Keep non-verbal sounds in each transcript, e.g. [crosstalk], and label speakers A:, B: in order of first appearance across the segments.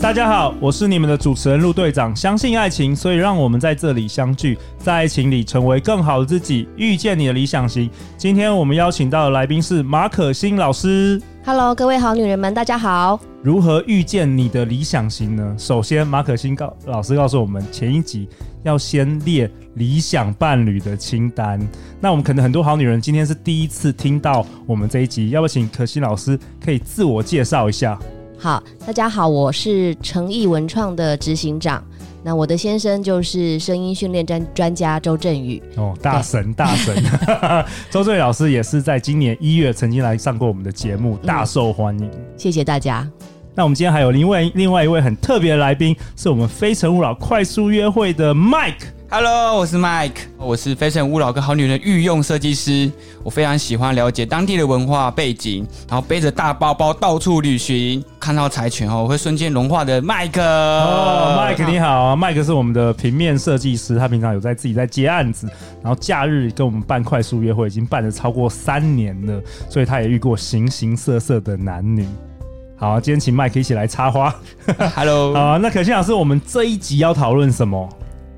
A: 大家好，我是你们的主持人陆队长。相信爱情，所以让我们在这里相聚，在爱情里成为更好的自己，遇见你的理想型。今天我们邀请到的来宾是马可欣老师。
B: Hello，各位好女人们，大家好。
A: 如何遇见你的理想型呢？首先，马可欣告老师告诉我们，前一集要先列理想伴侣的清单。那我们可能很多好女人今天是第一次听到我们这一集，要不要请可欣老师可以自我介绍一下？
B: 好，大家好，我是诚毅文创的执行长。那我的先生就是声音训练专专家周振宇。
A: 哦，大神大神，周正宇老师也是在今年一月曾经来上过我们的节目，
B: 嗯
A: 大受欢迎。
B: 谢谢大家。
A: 那我们今天还有另外另外一位很特别的来宾，是我们《非诚勿扰》快速约会的 Mike。
C: Hello，我是 Mike，我是非诚勿扰跟好女人御用设计师。我非常喜欢了解当地的文化背景，然后背着大包包到处旅行，看到柴犬后我会瞬间融化的 Mike。
A: 哦
C: 哦
A: ，Mike 你好，Mike 是我们的平面设计师，他平常有在自己在接案子，然后假日跟我们办快速约会，已经办了超过三年了，所以他也遇过形形色色的男女。好，啊今天请 Mike 一起来插花。
C: ，Hello，
A: 啊、那可欣老师，我们这一集要讨论什么？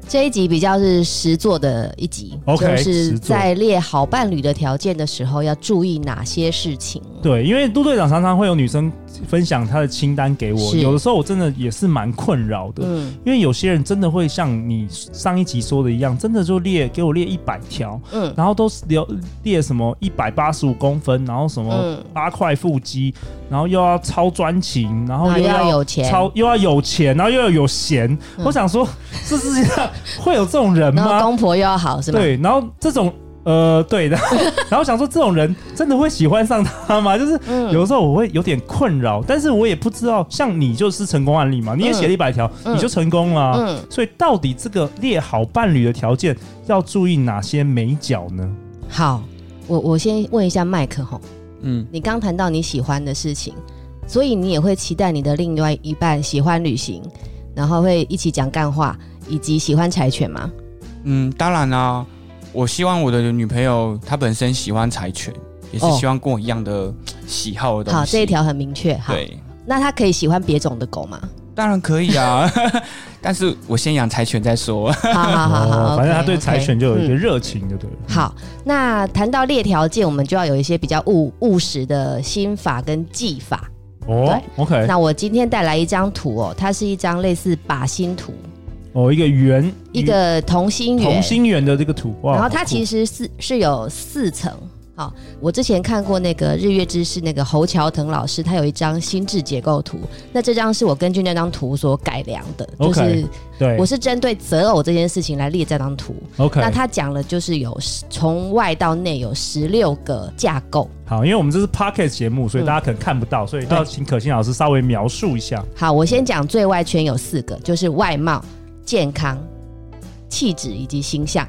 B: 这一集比较是实作的一集
A: OK，
B: 就是
A: 实作
B: 在列好伴侣的条件的时候，要注意哪些事情。
A: 对，因为陆队长常常会有女生分享她的清单给我，
B: 是
A: 有的时候我真的也是蛮困扰的，
B: 嗯
A: 因为有些人真的会像你上一集说的一样，真的就列给我列一百条，
B: 嗯，
A: 然后都是留列什么一百八十五公分，然后什么
B: 嗯
A: 八块腹肌，然后又要超专情，然后
B: 然后
A: 又
B: 又
A: 要
B: 要有钱
A: 超又要有钱，然后又要有闲。
B: 嗯
A: 我想说，这世界上会有这种人
B: 然
A: 吗
B: 后？公婆又要好是吗？
A: 对，然后这种呃，对， [laughs] 然后然后想说这种人真的会喜欢上他吗？就是
B: 嗯
A: 有的时候我会有点困扰，但是我也不知道，像你就是成功案例嘛，你也写了一百条，
B: 嗯
A: 你就成功了啊、
B: 嗯，
A: 所以到底这个列好伴侣的条件要注意哪些美角呢？
B: 好，我我先问一下麦克吼，
C: 嗯，
B: 你刚谈到你喜欢的事情，所以你也会期待你的另外一半喜欢旅行，然后会一起讲干话，以及喜欢柴犬吗？
C: 嗯，当然啦、我希望我的女朋友她本身喜欢柴犬，也是
B: 哦
C: 希望跟我一样的喜好的东西。
B: 好，这一条很明确。好，
C: 对，
B: 那他可以喜欢别种的狗吗？
C: 当然可以
B: [laughs]
C: 啊，但是我先养柴犬再说。
B: 好好啊好好，
A: 哦反正
B: OK，
A: 他对
B: OK
A: 柴犬就有一个
B: 嗯
A: 热情，就对了。
B: 好，那谈到列条件，我们就要有一些比较务务实的心法跟技法。
A: 哦，OK，
B: 嗯那我今天带来一张图哦，它是一张类似靶心图，
A: 哦，一个圆，
B: 一个同心圆，
A: 同心圆的这个图，哇
B: 然后它其
A: 实
B: 实是是有四层。好，我之前看过那个《日月之势》，那个侯乔腾老师，他有一张心智结构图。那这张是我根据那张图所改良的，就是
A: OK 哎对
B: 我是针对择偶这件事情来列这张图。
A: ，OK，
B: 那他讲了，就是有十从外到内有十六个架构。
A: 好，因为我们这是 podcast 节目，
B: 嗯
A: 所以大家可能看不到，所以要请可欣老师稍微描述一下。
B: 好，我先讲最外圈有四个，就是外貌、健康、气质以及形象。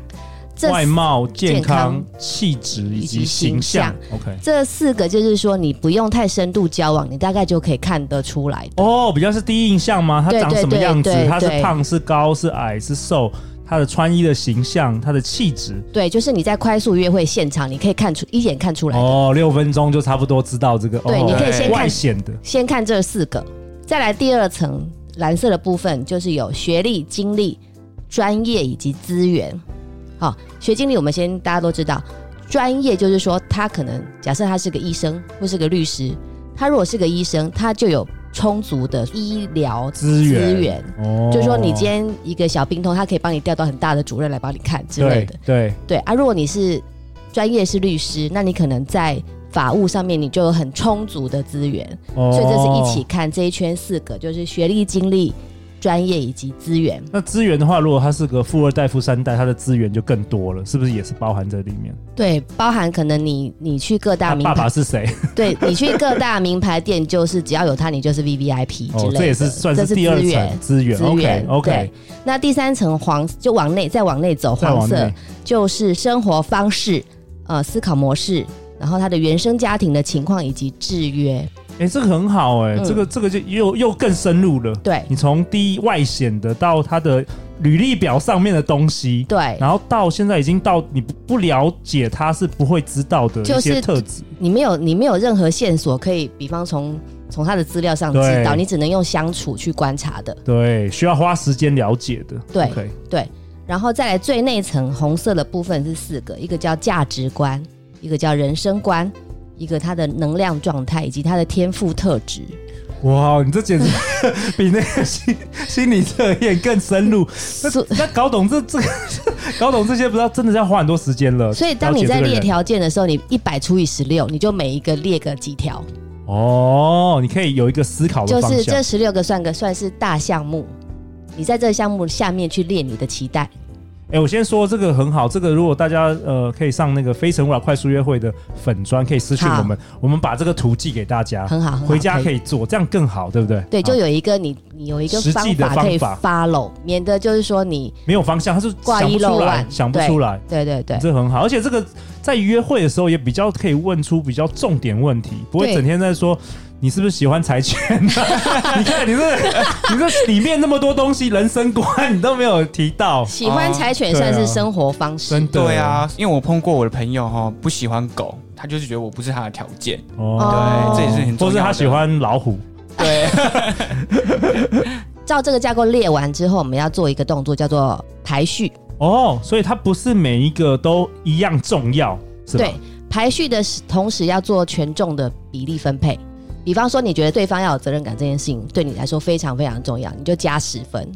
B: 这
A: 外貌、健康
B: 健、
A: 气质以及
B: 以及
A: 形
B: 形
A: 象
B: 象。
A: OK，
B: 这四个就是说，你不用太深度交往，你大概就可以看得出来的。
A: 哦，比较是第一印象吗？他
B: 对
A: 长什么
B: 对对
A: 样子
B: 对？
A: 他是
B: 对
A: 胖是高是矮是瘦？他的穿衣的形象，他的气质。
B: 对，就是你在快速约会现场，你可以看出一眼看出来的。
A: 哦，六分钟就差不多知道这个。
B: 对
A: 哦
B: 你
C: 可以先看
A: 外显的。
B: 先看这四个，再来第二层蓝色的部分，就是有学历、经历、专业以及资源。好、学经历我们先大家都知道，专业就是说他可能假设他是个医生或是个律师，他如果是个医生，他就有充足的医疗
A: 资源
B: 资源
A: 哦
B: 就是说你今天一个小病痛，他可以帮你调到很大的主任来帮你看之类
A: 对
B: 的。
A: 哦对
B: 对啊，如果你是专业是律师，那你可能在法务上面你就有很充足的资源，
A: 哦
B: 所以这是一起。看这一圈四个，就是学历、经历、专业以及资源。
A: 那资源的话，如果他是个富二代、富三代，他的资源就更多了，是不是也是包含在里面？
B: 对，包含可能你你去各大
A: 他
B: 名
A: 爸
B: 牌，
A: 爸是谁？
B: [laughs] 对你去各大名牌店，就是只要有它，你就是 V V I P 之类
A: 哦，
B: 的。
A: 这也是算
B: 这
A: 是
B: 是
A: 第二
B: 资
A: 层
B: 源。
A: 资源。
B: 资
A: OK
B: 源
A: OK，
B: 对那第三层黄就往内再往内走，
A: 再
B: 黄
A: 往
B: 色
A: 内。
B: 就是生活方式、呃思考模式，然后他的原生家庭的情况以及制约。
A: 哎，这个很好哎、
B: 嗯
A: 这个这个就又又更深入了。
B: 对
A: 你从第一外显的到他的履历表上面的东西，
B: 对，
A: 然后到现在已经到你不不了解他是不会知道的
B: 就
A: 一些
B: 是
A: 特质，
B: 你没有你没有任何线索可以，比方从从他的资料上知道，
A: 对
B: 你只能用相处去观察的。
A: 对，需要花时间了解的。
B: 对
A: o k
B: 对，然后再来最内层红色的部分是四个，一个叫价值观，一个叫人生观，一个他的能量状态以及他的天赋特质。
A: 哇，哦你这简直 [laughs] 比那个心心理测验更深入。那
B: 所
A: 那搞懂这这个搞懂这些，不知道真的是要花很多时间了。
B: 所以当你
A: 了解
B: 在
A: 这个
B: 列
A: 人
B: 条件的时候，你一百除以十六，你就每一个列个几条，
A: 哦，你可以有一个思考的
B: 就
A: 方向。
B: 是这十六个算个算是大项目。你在这个项目下面去列你的期待，
A: 哎、我先说这个很好，这个如果大家呃可以上那个非诚勿扰快速约会的粉砖，可以私信
B: 好
A: 我们，我们把这个图寄给大家，
B: 很好，很好
A: 回家可以做，这样更好，对不对？
B: 对，就
A: 啊
B: 有一个你你有一个
A: 实
B: 方
A: 际的
B: 法可以
A: 方法
B: follow，免得就是说你
A: 没有方向，他是
B: 挂
A: 想
B: 一
A: 不
B: 漏
A: 出来，
B: 万
A: 想不
B: 对
A: 出来，
B: 对对对
A: 这很好。而且这个在约会的时候也比较可以问出比较重点问题，不会
B: 对
A: 整天在说。你是不是喜欢柴犬、啊 [laughs] 你看，你这、你这里面那么多东西，人生观你都没有提到，
B: 喜欢柴犬算
A: 对
B: 是
A: 啊
B: 生活方式，
A: 真的
C: 对，啊，因为我碰过我的朋友哈、不喜欢狗，他就是觉得我不是他的条件。
A: 哦，
B: 对这也
C: 是很重要
A: 或
C: 的
A: 是他喜欢老虎，
C: 对， [laughs]
B: 照这个架构列完之后，我们要做一个动作叫做排序。
A: 哦，所以它不是每一个都一样重要，是吧？
B: 对，排序的时同时要做权重的比例分配。比方说，你觉得对方要有责任感这件事情对你来说非常非常重要，你就加十分。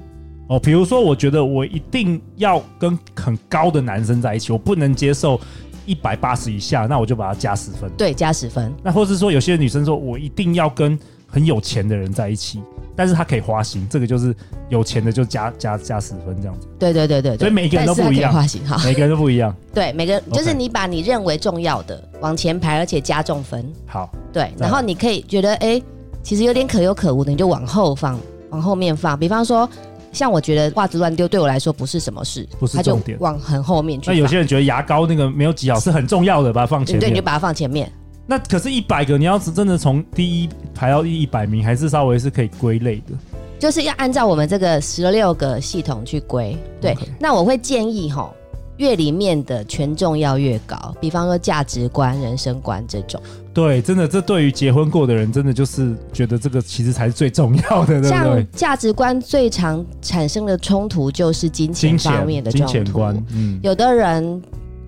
A: 哦，比如说，我觉得我一定要跟很高的男生在一起，我不能接受一百八十以下，那我就把它加十分。
B: 对，加十分。
A: 那或是说，有些女生说我一定要跟很有钱的人在一起，但是她可以花心，这个就是有钱的就加加加十分这样子，
B: 对对对对对。
A: 所以每一个人都不一样
B: 但是它可以划型哈。
A: 每个人都不一样。
B: 对，每个人
A: OK
B: 就是你把你认为重要的往前排，而且加重分。 [laughs]
A: 好，
B: 对，
A: 再来
B: 然后你可以觉得哎、诶其实有点可有可无的，你就往后放，往后面放。比方说，像我觉得袜子乱丢对我来说不是什么事，
A: 不是
B: 它就
A: 重点
B: 往很后面去
A: 那
B: 放。
A: 有些人觉得牙膏那个没有挤好是很重要的，把它放前
B: 对，你就
A: 面。
B: 把它放前面。
A: 那可是，一百个你要是真的从第一排到第一百名，还是稍微是可以归类的。
B: 就是要按照我们这个十六个系统去归。对
A: OK
B: 那我会建议吼，越里面的权重要越高，比方说价值观、人生观这种。
A: 对，真的，这对于结婚过的人，真的就是觉得这个其实才是最重要的，对不对
B: 像？价值观最常产生的冲突就是金钱
A: 金
B: 方
A: 钱，
B: 面的
A: 金
B: 冲
A: 钱观
B: 突。，
A: 嗯，
B: 有的人，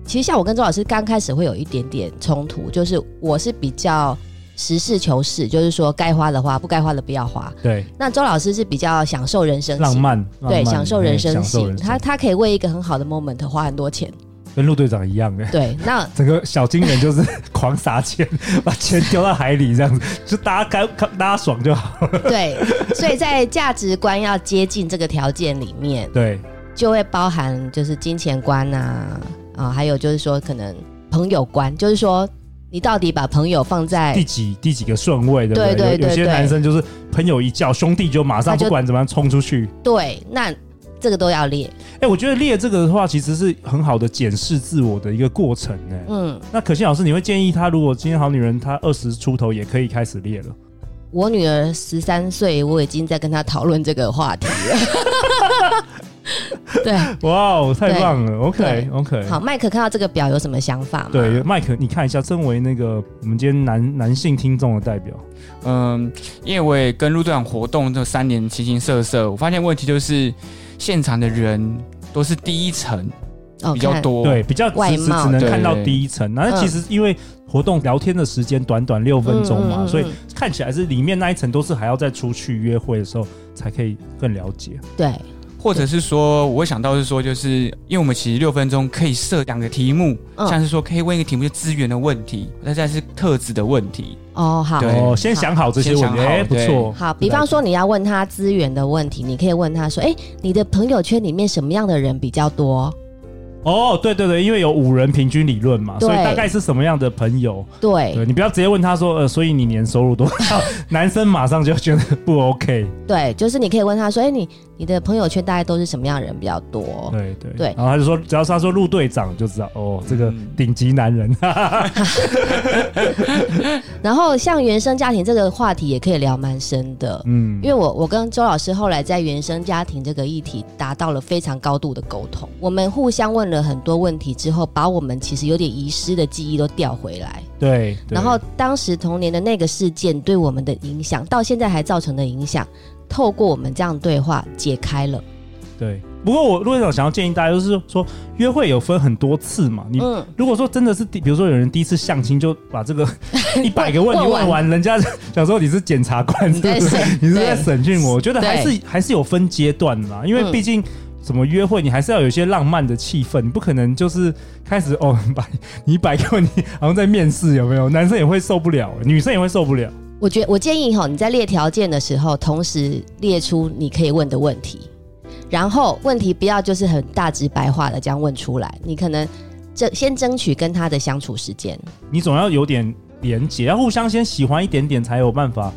B: 其实像我跟周老师刚开始会有一点点冲突，就是我是比较实事求是，就是说该花的花，不该花的不要花。
A: 对，
B: 那周老师是比较享受人生
A: 浪
B: 型，
A: 漫，浪
B: 呃对，
A: 漫
B: 享受人
A: 哎
B: 生
A: 享受
B: 型，
A: 人
B: 他他可以为一个很好的 moment 花很多钱。
A: 跟陆队长一样哎。
B: 对，那
A: 整个小金人就是狂撒钱，把钱丢到海里这样子， [laughs] 就大家开大家爽就好。
B: 对，所以在价值观要接近这个条件里面，
A: 对，
B: 就会包含就是金钱观啊，啊，还有就是说可能朋友观，就是说你到底把朋友放在
A: 第几第几个顺位，对不
B: 对对
A: 有有些
B: 对对
A: 男生就是朋友一叫，兄弟就马上
B: 他就
A: 不管怎么样冲出去。
B: 对，那这个都要列，
A: 哎、我觉得列这个的话，其实是很好的检视自我的一个过程哎。
B: 嗯。
A: 那可心老师，你会建议她，如果今天好女人她二十出头也可以开始列了？
B: 我女儿十三岁，我已经在跟她讨论这个话题了。对，
A: 哇哦，太棒了！OK
B: 对
A: OK，
B: 好，麦克看到这个表有什么想法吗？
A: 对，麦克，你看一下，身为那个我们今天男男性听众的代表，
C: 嗯，因为我也跟陆队长活动这三年形形色色，我发现问题就是现场的人都是第一层
B: 哦，
C: 比较
B: 看，
C: 多，
A: 对，比较
B: 外
A: 只只
B: 貌
A: 只能
C: 对
A: 看到第一层。那
B: 嗯
A: 其实因为活动聊天的时间短短六分钟嘛，
B: 嗯嗯嗯嗯
A: 所以看起来是里面那一层都是还要再出去约会的时候才可以更了解。
B: 对，
C: 或者是说，我会想到是说，就是因为我们其实六分钟可以设两个题目，
B: 嗯
C: 像是说可以问一个题目就资源的问题，那再是特质的问题，
B: 哦，好，
C: 对
A: 哦，先想好这些问
C: 先
A: 题，
C: 想好
A: 哎，不
C: 对
A: 错。
B: 好，比方说你要问他资源的问题，你可以问他说：“哎、你的朋友圈里面什么样的人比较多
A: 哦，对对对，因为有五人平均理论嘛，所以
B: 对
A: 大概是什么样的朋友？？”
B: 对
A: 对你不要直接问他说，呃，所以
B: [laughs]
A: 你年收入多少？男生马上就觉得不 OK。
B: 对，就是你可以问他说：“哎、你你的朋友圈大概都是什么样的人比较多？
A: 对对
B: 哦对
A: 然后他就说，只要是他说陆队长，就知道哦，这个
C: 嗯
A: 顶级男人。
B: 然后像原生家庭这个话题也可以聊蛮深的，
A: 嗯
B: 因为我我跟周老师后来在原生家庭这个议题达到了非常高度的沟通，我们互相问了很多问题之后，把我们其实有点遗失的记忆都调回来，
A: 对，对
B: 然后当时童年的那个事件对我们的影响，到现在还造成的影响，透过我们这样对话解开了。
A: 对，不过我陆队长想要建议大家，就是说约会有分很多次嘛，你。
B: 嗯，
A: 如果说真的是第，比如说有人第一次相亲就把这
B: [laughs]
A: 个一百个问题
B: 问完
A: 问完，人家想说你是检察官，
B: 你在
A: 是不是
B: 审
A: 你是
B: 对
A: 在审讯我？我觉得
B: 对
A: 还是还是有分阶段的啦，因为
B: 嗯
A: 毕竟。怎么约会？你还是要有一些浪漫的气氛，你不可能就是开始哦，摆你摆个问题，好像在面试有没有？男生也会受不了，女生也会受不了。
B: 我觉我建议哈，你在列条件的时候，同时列出你可以问的问题，然后问题不要就是很大直白话的这样问出来，你可能争先争取跟他的相处时间。
A: 你总要有点连结，要互相先喜欢一点点，才有办法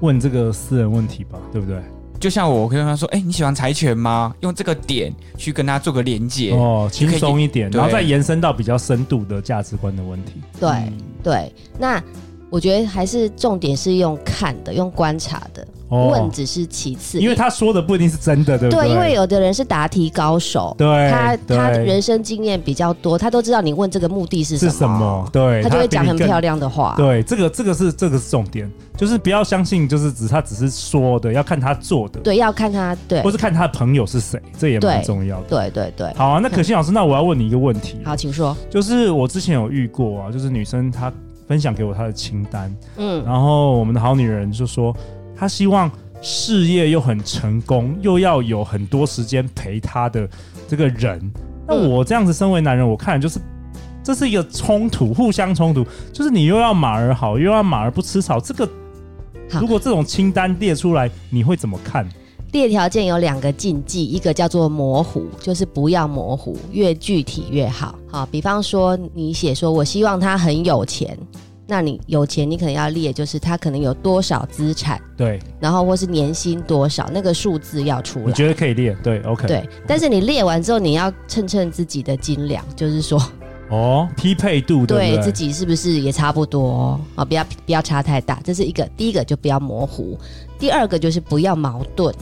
A: 问这个私人问题吧，对不对？
C: 就像我跟他说，哎、你喜欢柴犬吗？用这个点去跟他做个连接。
A: 哦，轻
C: 可以
A: 松一点，
C: 对
A: 然后再延伸到比较深度的价值观的问题。
B: 对、
C: 嗯
B: 对，那我觉得还是重点是用看的，用观察的，问只是其次，
A: 哦因为他说的不一定是真的，对不
B: 对，
A: 对，
B: 因为有的人是答题高手，
A: 对
B: 他
A: 对
B: 他人生经验比较多，他都知道你问这个目的是什
A: 是
B: 么，
A: 什么？对，
B: 他就会
A: 比
B: 讲
A: 你
B: 很
A: 更
B: 漂。亮的话。
A: 对，这个这个是这个是重点，就是不要相信，就是只他只是说的，要看他做的，
B: 对，要看他，对
A: 或是看他的朋友是谁，这也蛮
B: 对
A: 重要的。
B: 对对对，
A: 好啊，那可心老师，那我要问你一个问题，
B: 好，请说。
A: 就是我之前有遇过啊，就是女生她分享给我她的清单，
B: 嗯，
A: 然后我们的好女人就说，她希望事业又很成功，又要有很多时间陪她的这个人。那
B: 嗯
A: 我这样子身为男人，我看就是这是一个冲突，互相冲突，就是你又要马儿好，又要马儿不吃草。这个
B: 好
A: 如果这种清单列出来，你会怎么看？
B: 列条件有两个禁忌，一个叫做模糊，就是不要模糊，越具体越好。好，比方说你写说我希望他很有钱，那你有钱你可能要列就是他可能有多少资产，
A: 对，
B: 然后或是年薪多少，那个数字要出
A: 你
B: 来。
A: 觉得可以列？对，OK，
B: 对，但是你列完之后，你要称称自己的斤两，就是说，
A: 哦，匹配度对不
B: 对
A: 对
B: 自己是不是也差不多哦啊、不要不要差太大，这是一个。第一个就不要模糊，第二个就是不要矛盾。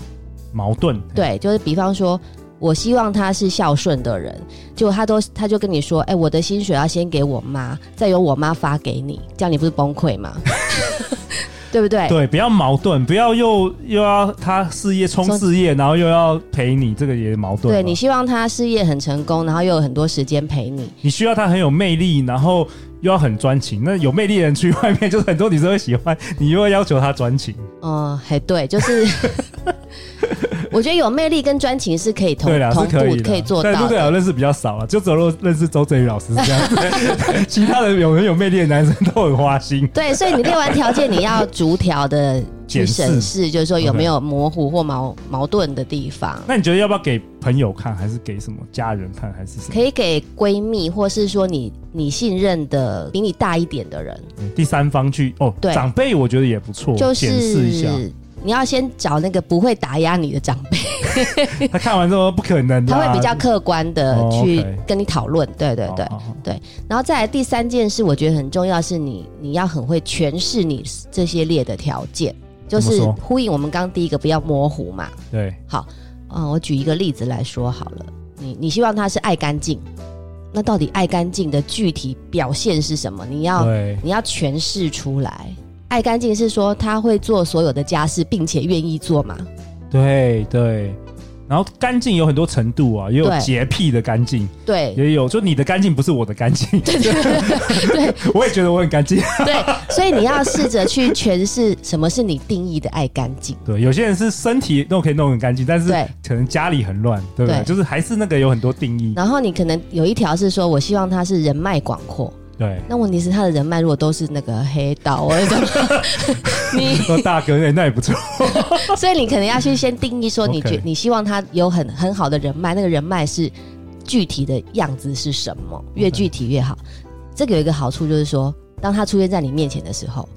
A: 矛盾，
B: 对，就是比方说，我希望他是孝顺的人，就他都他就跟你说，哎、我的薪水要先给我妈，再由我妈发给你，这样你不是崩溃吗？ [laughs] 对不对？
A: 对，不要矛盾，不要又又要他事业冲
B: 冲
A: 事业，然后又要陪你，这个也矛盾嘛。
B: 对你希望他事业很成功，然后又有很多时间陪你，
A: 你需要他很有魅力，然后又要很专情。那有魅力的人去外面，就是很多女生会喜欢，你又要要求他专情。
B: 嗯，还对，就是 [laughs] 我觉得有魅力跟专情是可以同
A: 对啦，是
B: 同
A: 可以
B: 步
A: 的，
B: 可以做
A: 但陆
B: 到
A: 队
B: 的。
A: 长认识比较少了，就只有认识周振宇老师是这样子，其他的有人有魅力的男生都很花心。 [laughs]
B: 对，所以你列完条件，你要逐条的去
A: 检视
B: 审视，就是说有没有模糊或矛矛盾的地方。
A: 那你觉得要不要给朋友看，还是给什么家人看，还是什么
B: 可？以给闺蜜，或是说你你信任的比你大一点的人，
A: 对第三方去哦，
B: 对
A: 长辈我觉得也不错，
B: 就
A: 检视一下。
B: 是你要先找那个不会打压你的长辈，
A: 他看完之后不可能啦，
B: 他会比较客观的
A: 啊哦
B: 去
A: OK 哦
B: 跟你讨论。对对
A: 好
B: 对。
A: 好好
B: 然后再来第三件事，我觉得很重要是你你要很会诠释你这些列的条件，就
A: 怎
B: 是
A: 么说
B: 呼应我们刚刚第一个不要模糊嘛。
A: 哦对，
B: 嗯，我举一个例子来说好了，你你希望他是爱干净，那到底爱干净的具体表现是什么？你要
A: 对，
B: 你要诠释出来。爱干净是说他会做所有的家事，并且愿意做嘛？
A: 对，对。然后干净有很多程度啊，也有
B: 对
A: 洁癖的干净，
B: 对
A: 也有，就你的干净不是我的干净，
B: 对
A: [laughs] 我也觉得我很干净。
B: [laughs] 对，所以你要试着去诠释什么是你定义的爱干净。
A: 对，有些人是身体弄可以弄得很干净，但是
B: 对
A: 可能家里很乱，对不对？
B: 对嗯
A: 就是还是那个有很多定义。
B: 然后你可能有一条是说，我希望他是人脉广阔。
A: 对，
B: 那问题是他的人脉如果都是那个黑道，我怎么你？
A: 说大哥，哎那也不错。 [laughs]
B: 所以你可能要去先定义说，你
A: OK
B: 觉你希望他有很很好的人脉，那个人脉是具体的样子是什么，越
A: OK
B: 具体越好。这个有一个好处就是说，当他出现在你面前的时候，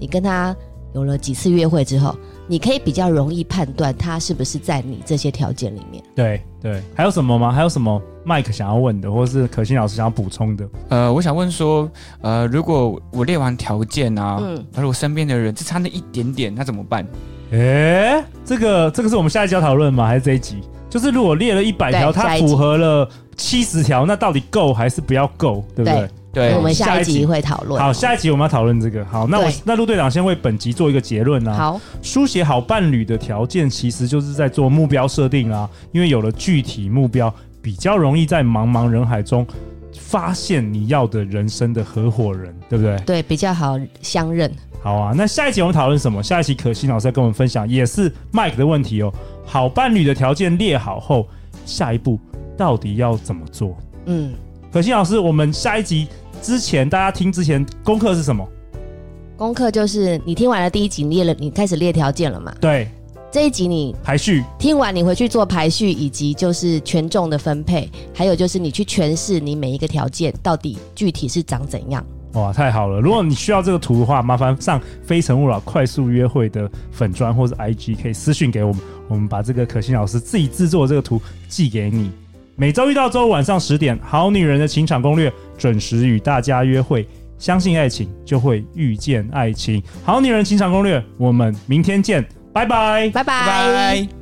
B: 你跟他有了几次约会之后，你可以比较容易判断他是不是在你这些条件里面。
A: 对对，还有什么吗？还有什么麦克想要问的，或是可心老师想要补充的？
C: 呃，我想问说，呃，如果我列完条件啊，
B: 嗯
C: 而我身边的人只差那一点点，那怎么办？
A: 诶、这个这个是我们下一集要讨论吗？还是这一集？就是如果列了一百条，
B: 对下
A: 它
B: 一集
A: 符合了七十条，那到底够还是不要够，对不对？
B: 对
C: 对
B: 我，们下
A: 下一
B: 一
A: 集
B: 集会讨论。
A: 好，下一集我们要讨论这个。好，那我
B: 对
A: 那陆队长先为本集做一个结论啊。
B: 好，
A: 书写好伴侣的条件，其实就是在做目标设定啦、因为有了具体目标，比较容易在茫茫人海中发现你要的人生的合伙人，对不对？
B: 对，比较好相认。
A: 好啊，那下一集我们讨论什么？下一期可心老师要跟我们分享，也是 Mike 的问题哦。好伴侣的条件列好后，下一步到底要怎么做？
B: 嗯，
A: 可心老师，我们下一集之前，大家听之前功课是什么？
B: 功课就是你听完了第一集，你列了，你开始列条件了嘛？
A: 对，
B: 这一集你
A: 排序。
B: 听完，你回去做排序，以及就是权重的分配，还有就是你去诠释你每一个条件到底具体是长怎样。
A: 哇，太好了！如果你需要这个图的话，麻烦上《非诚勿扰》快速约会的粉砖或是 IG，可以私讯给我们，我们把这个可心老师自己制作的这个图寄给你。每周一到周五晚上十点，《好女人的情场攻略》准时与大家约会。相信爱情，就会遇见爱情。《好女人情场攻略》，我们明天见，拜拜。
B: 拜拜。
C: 拜。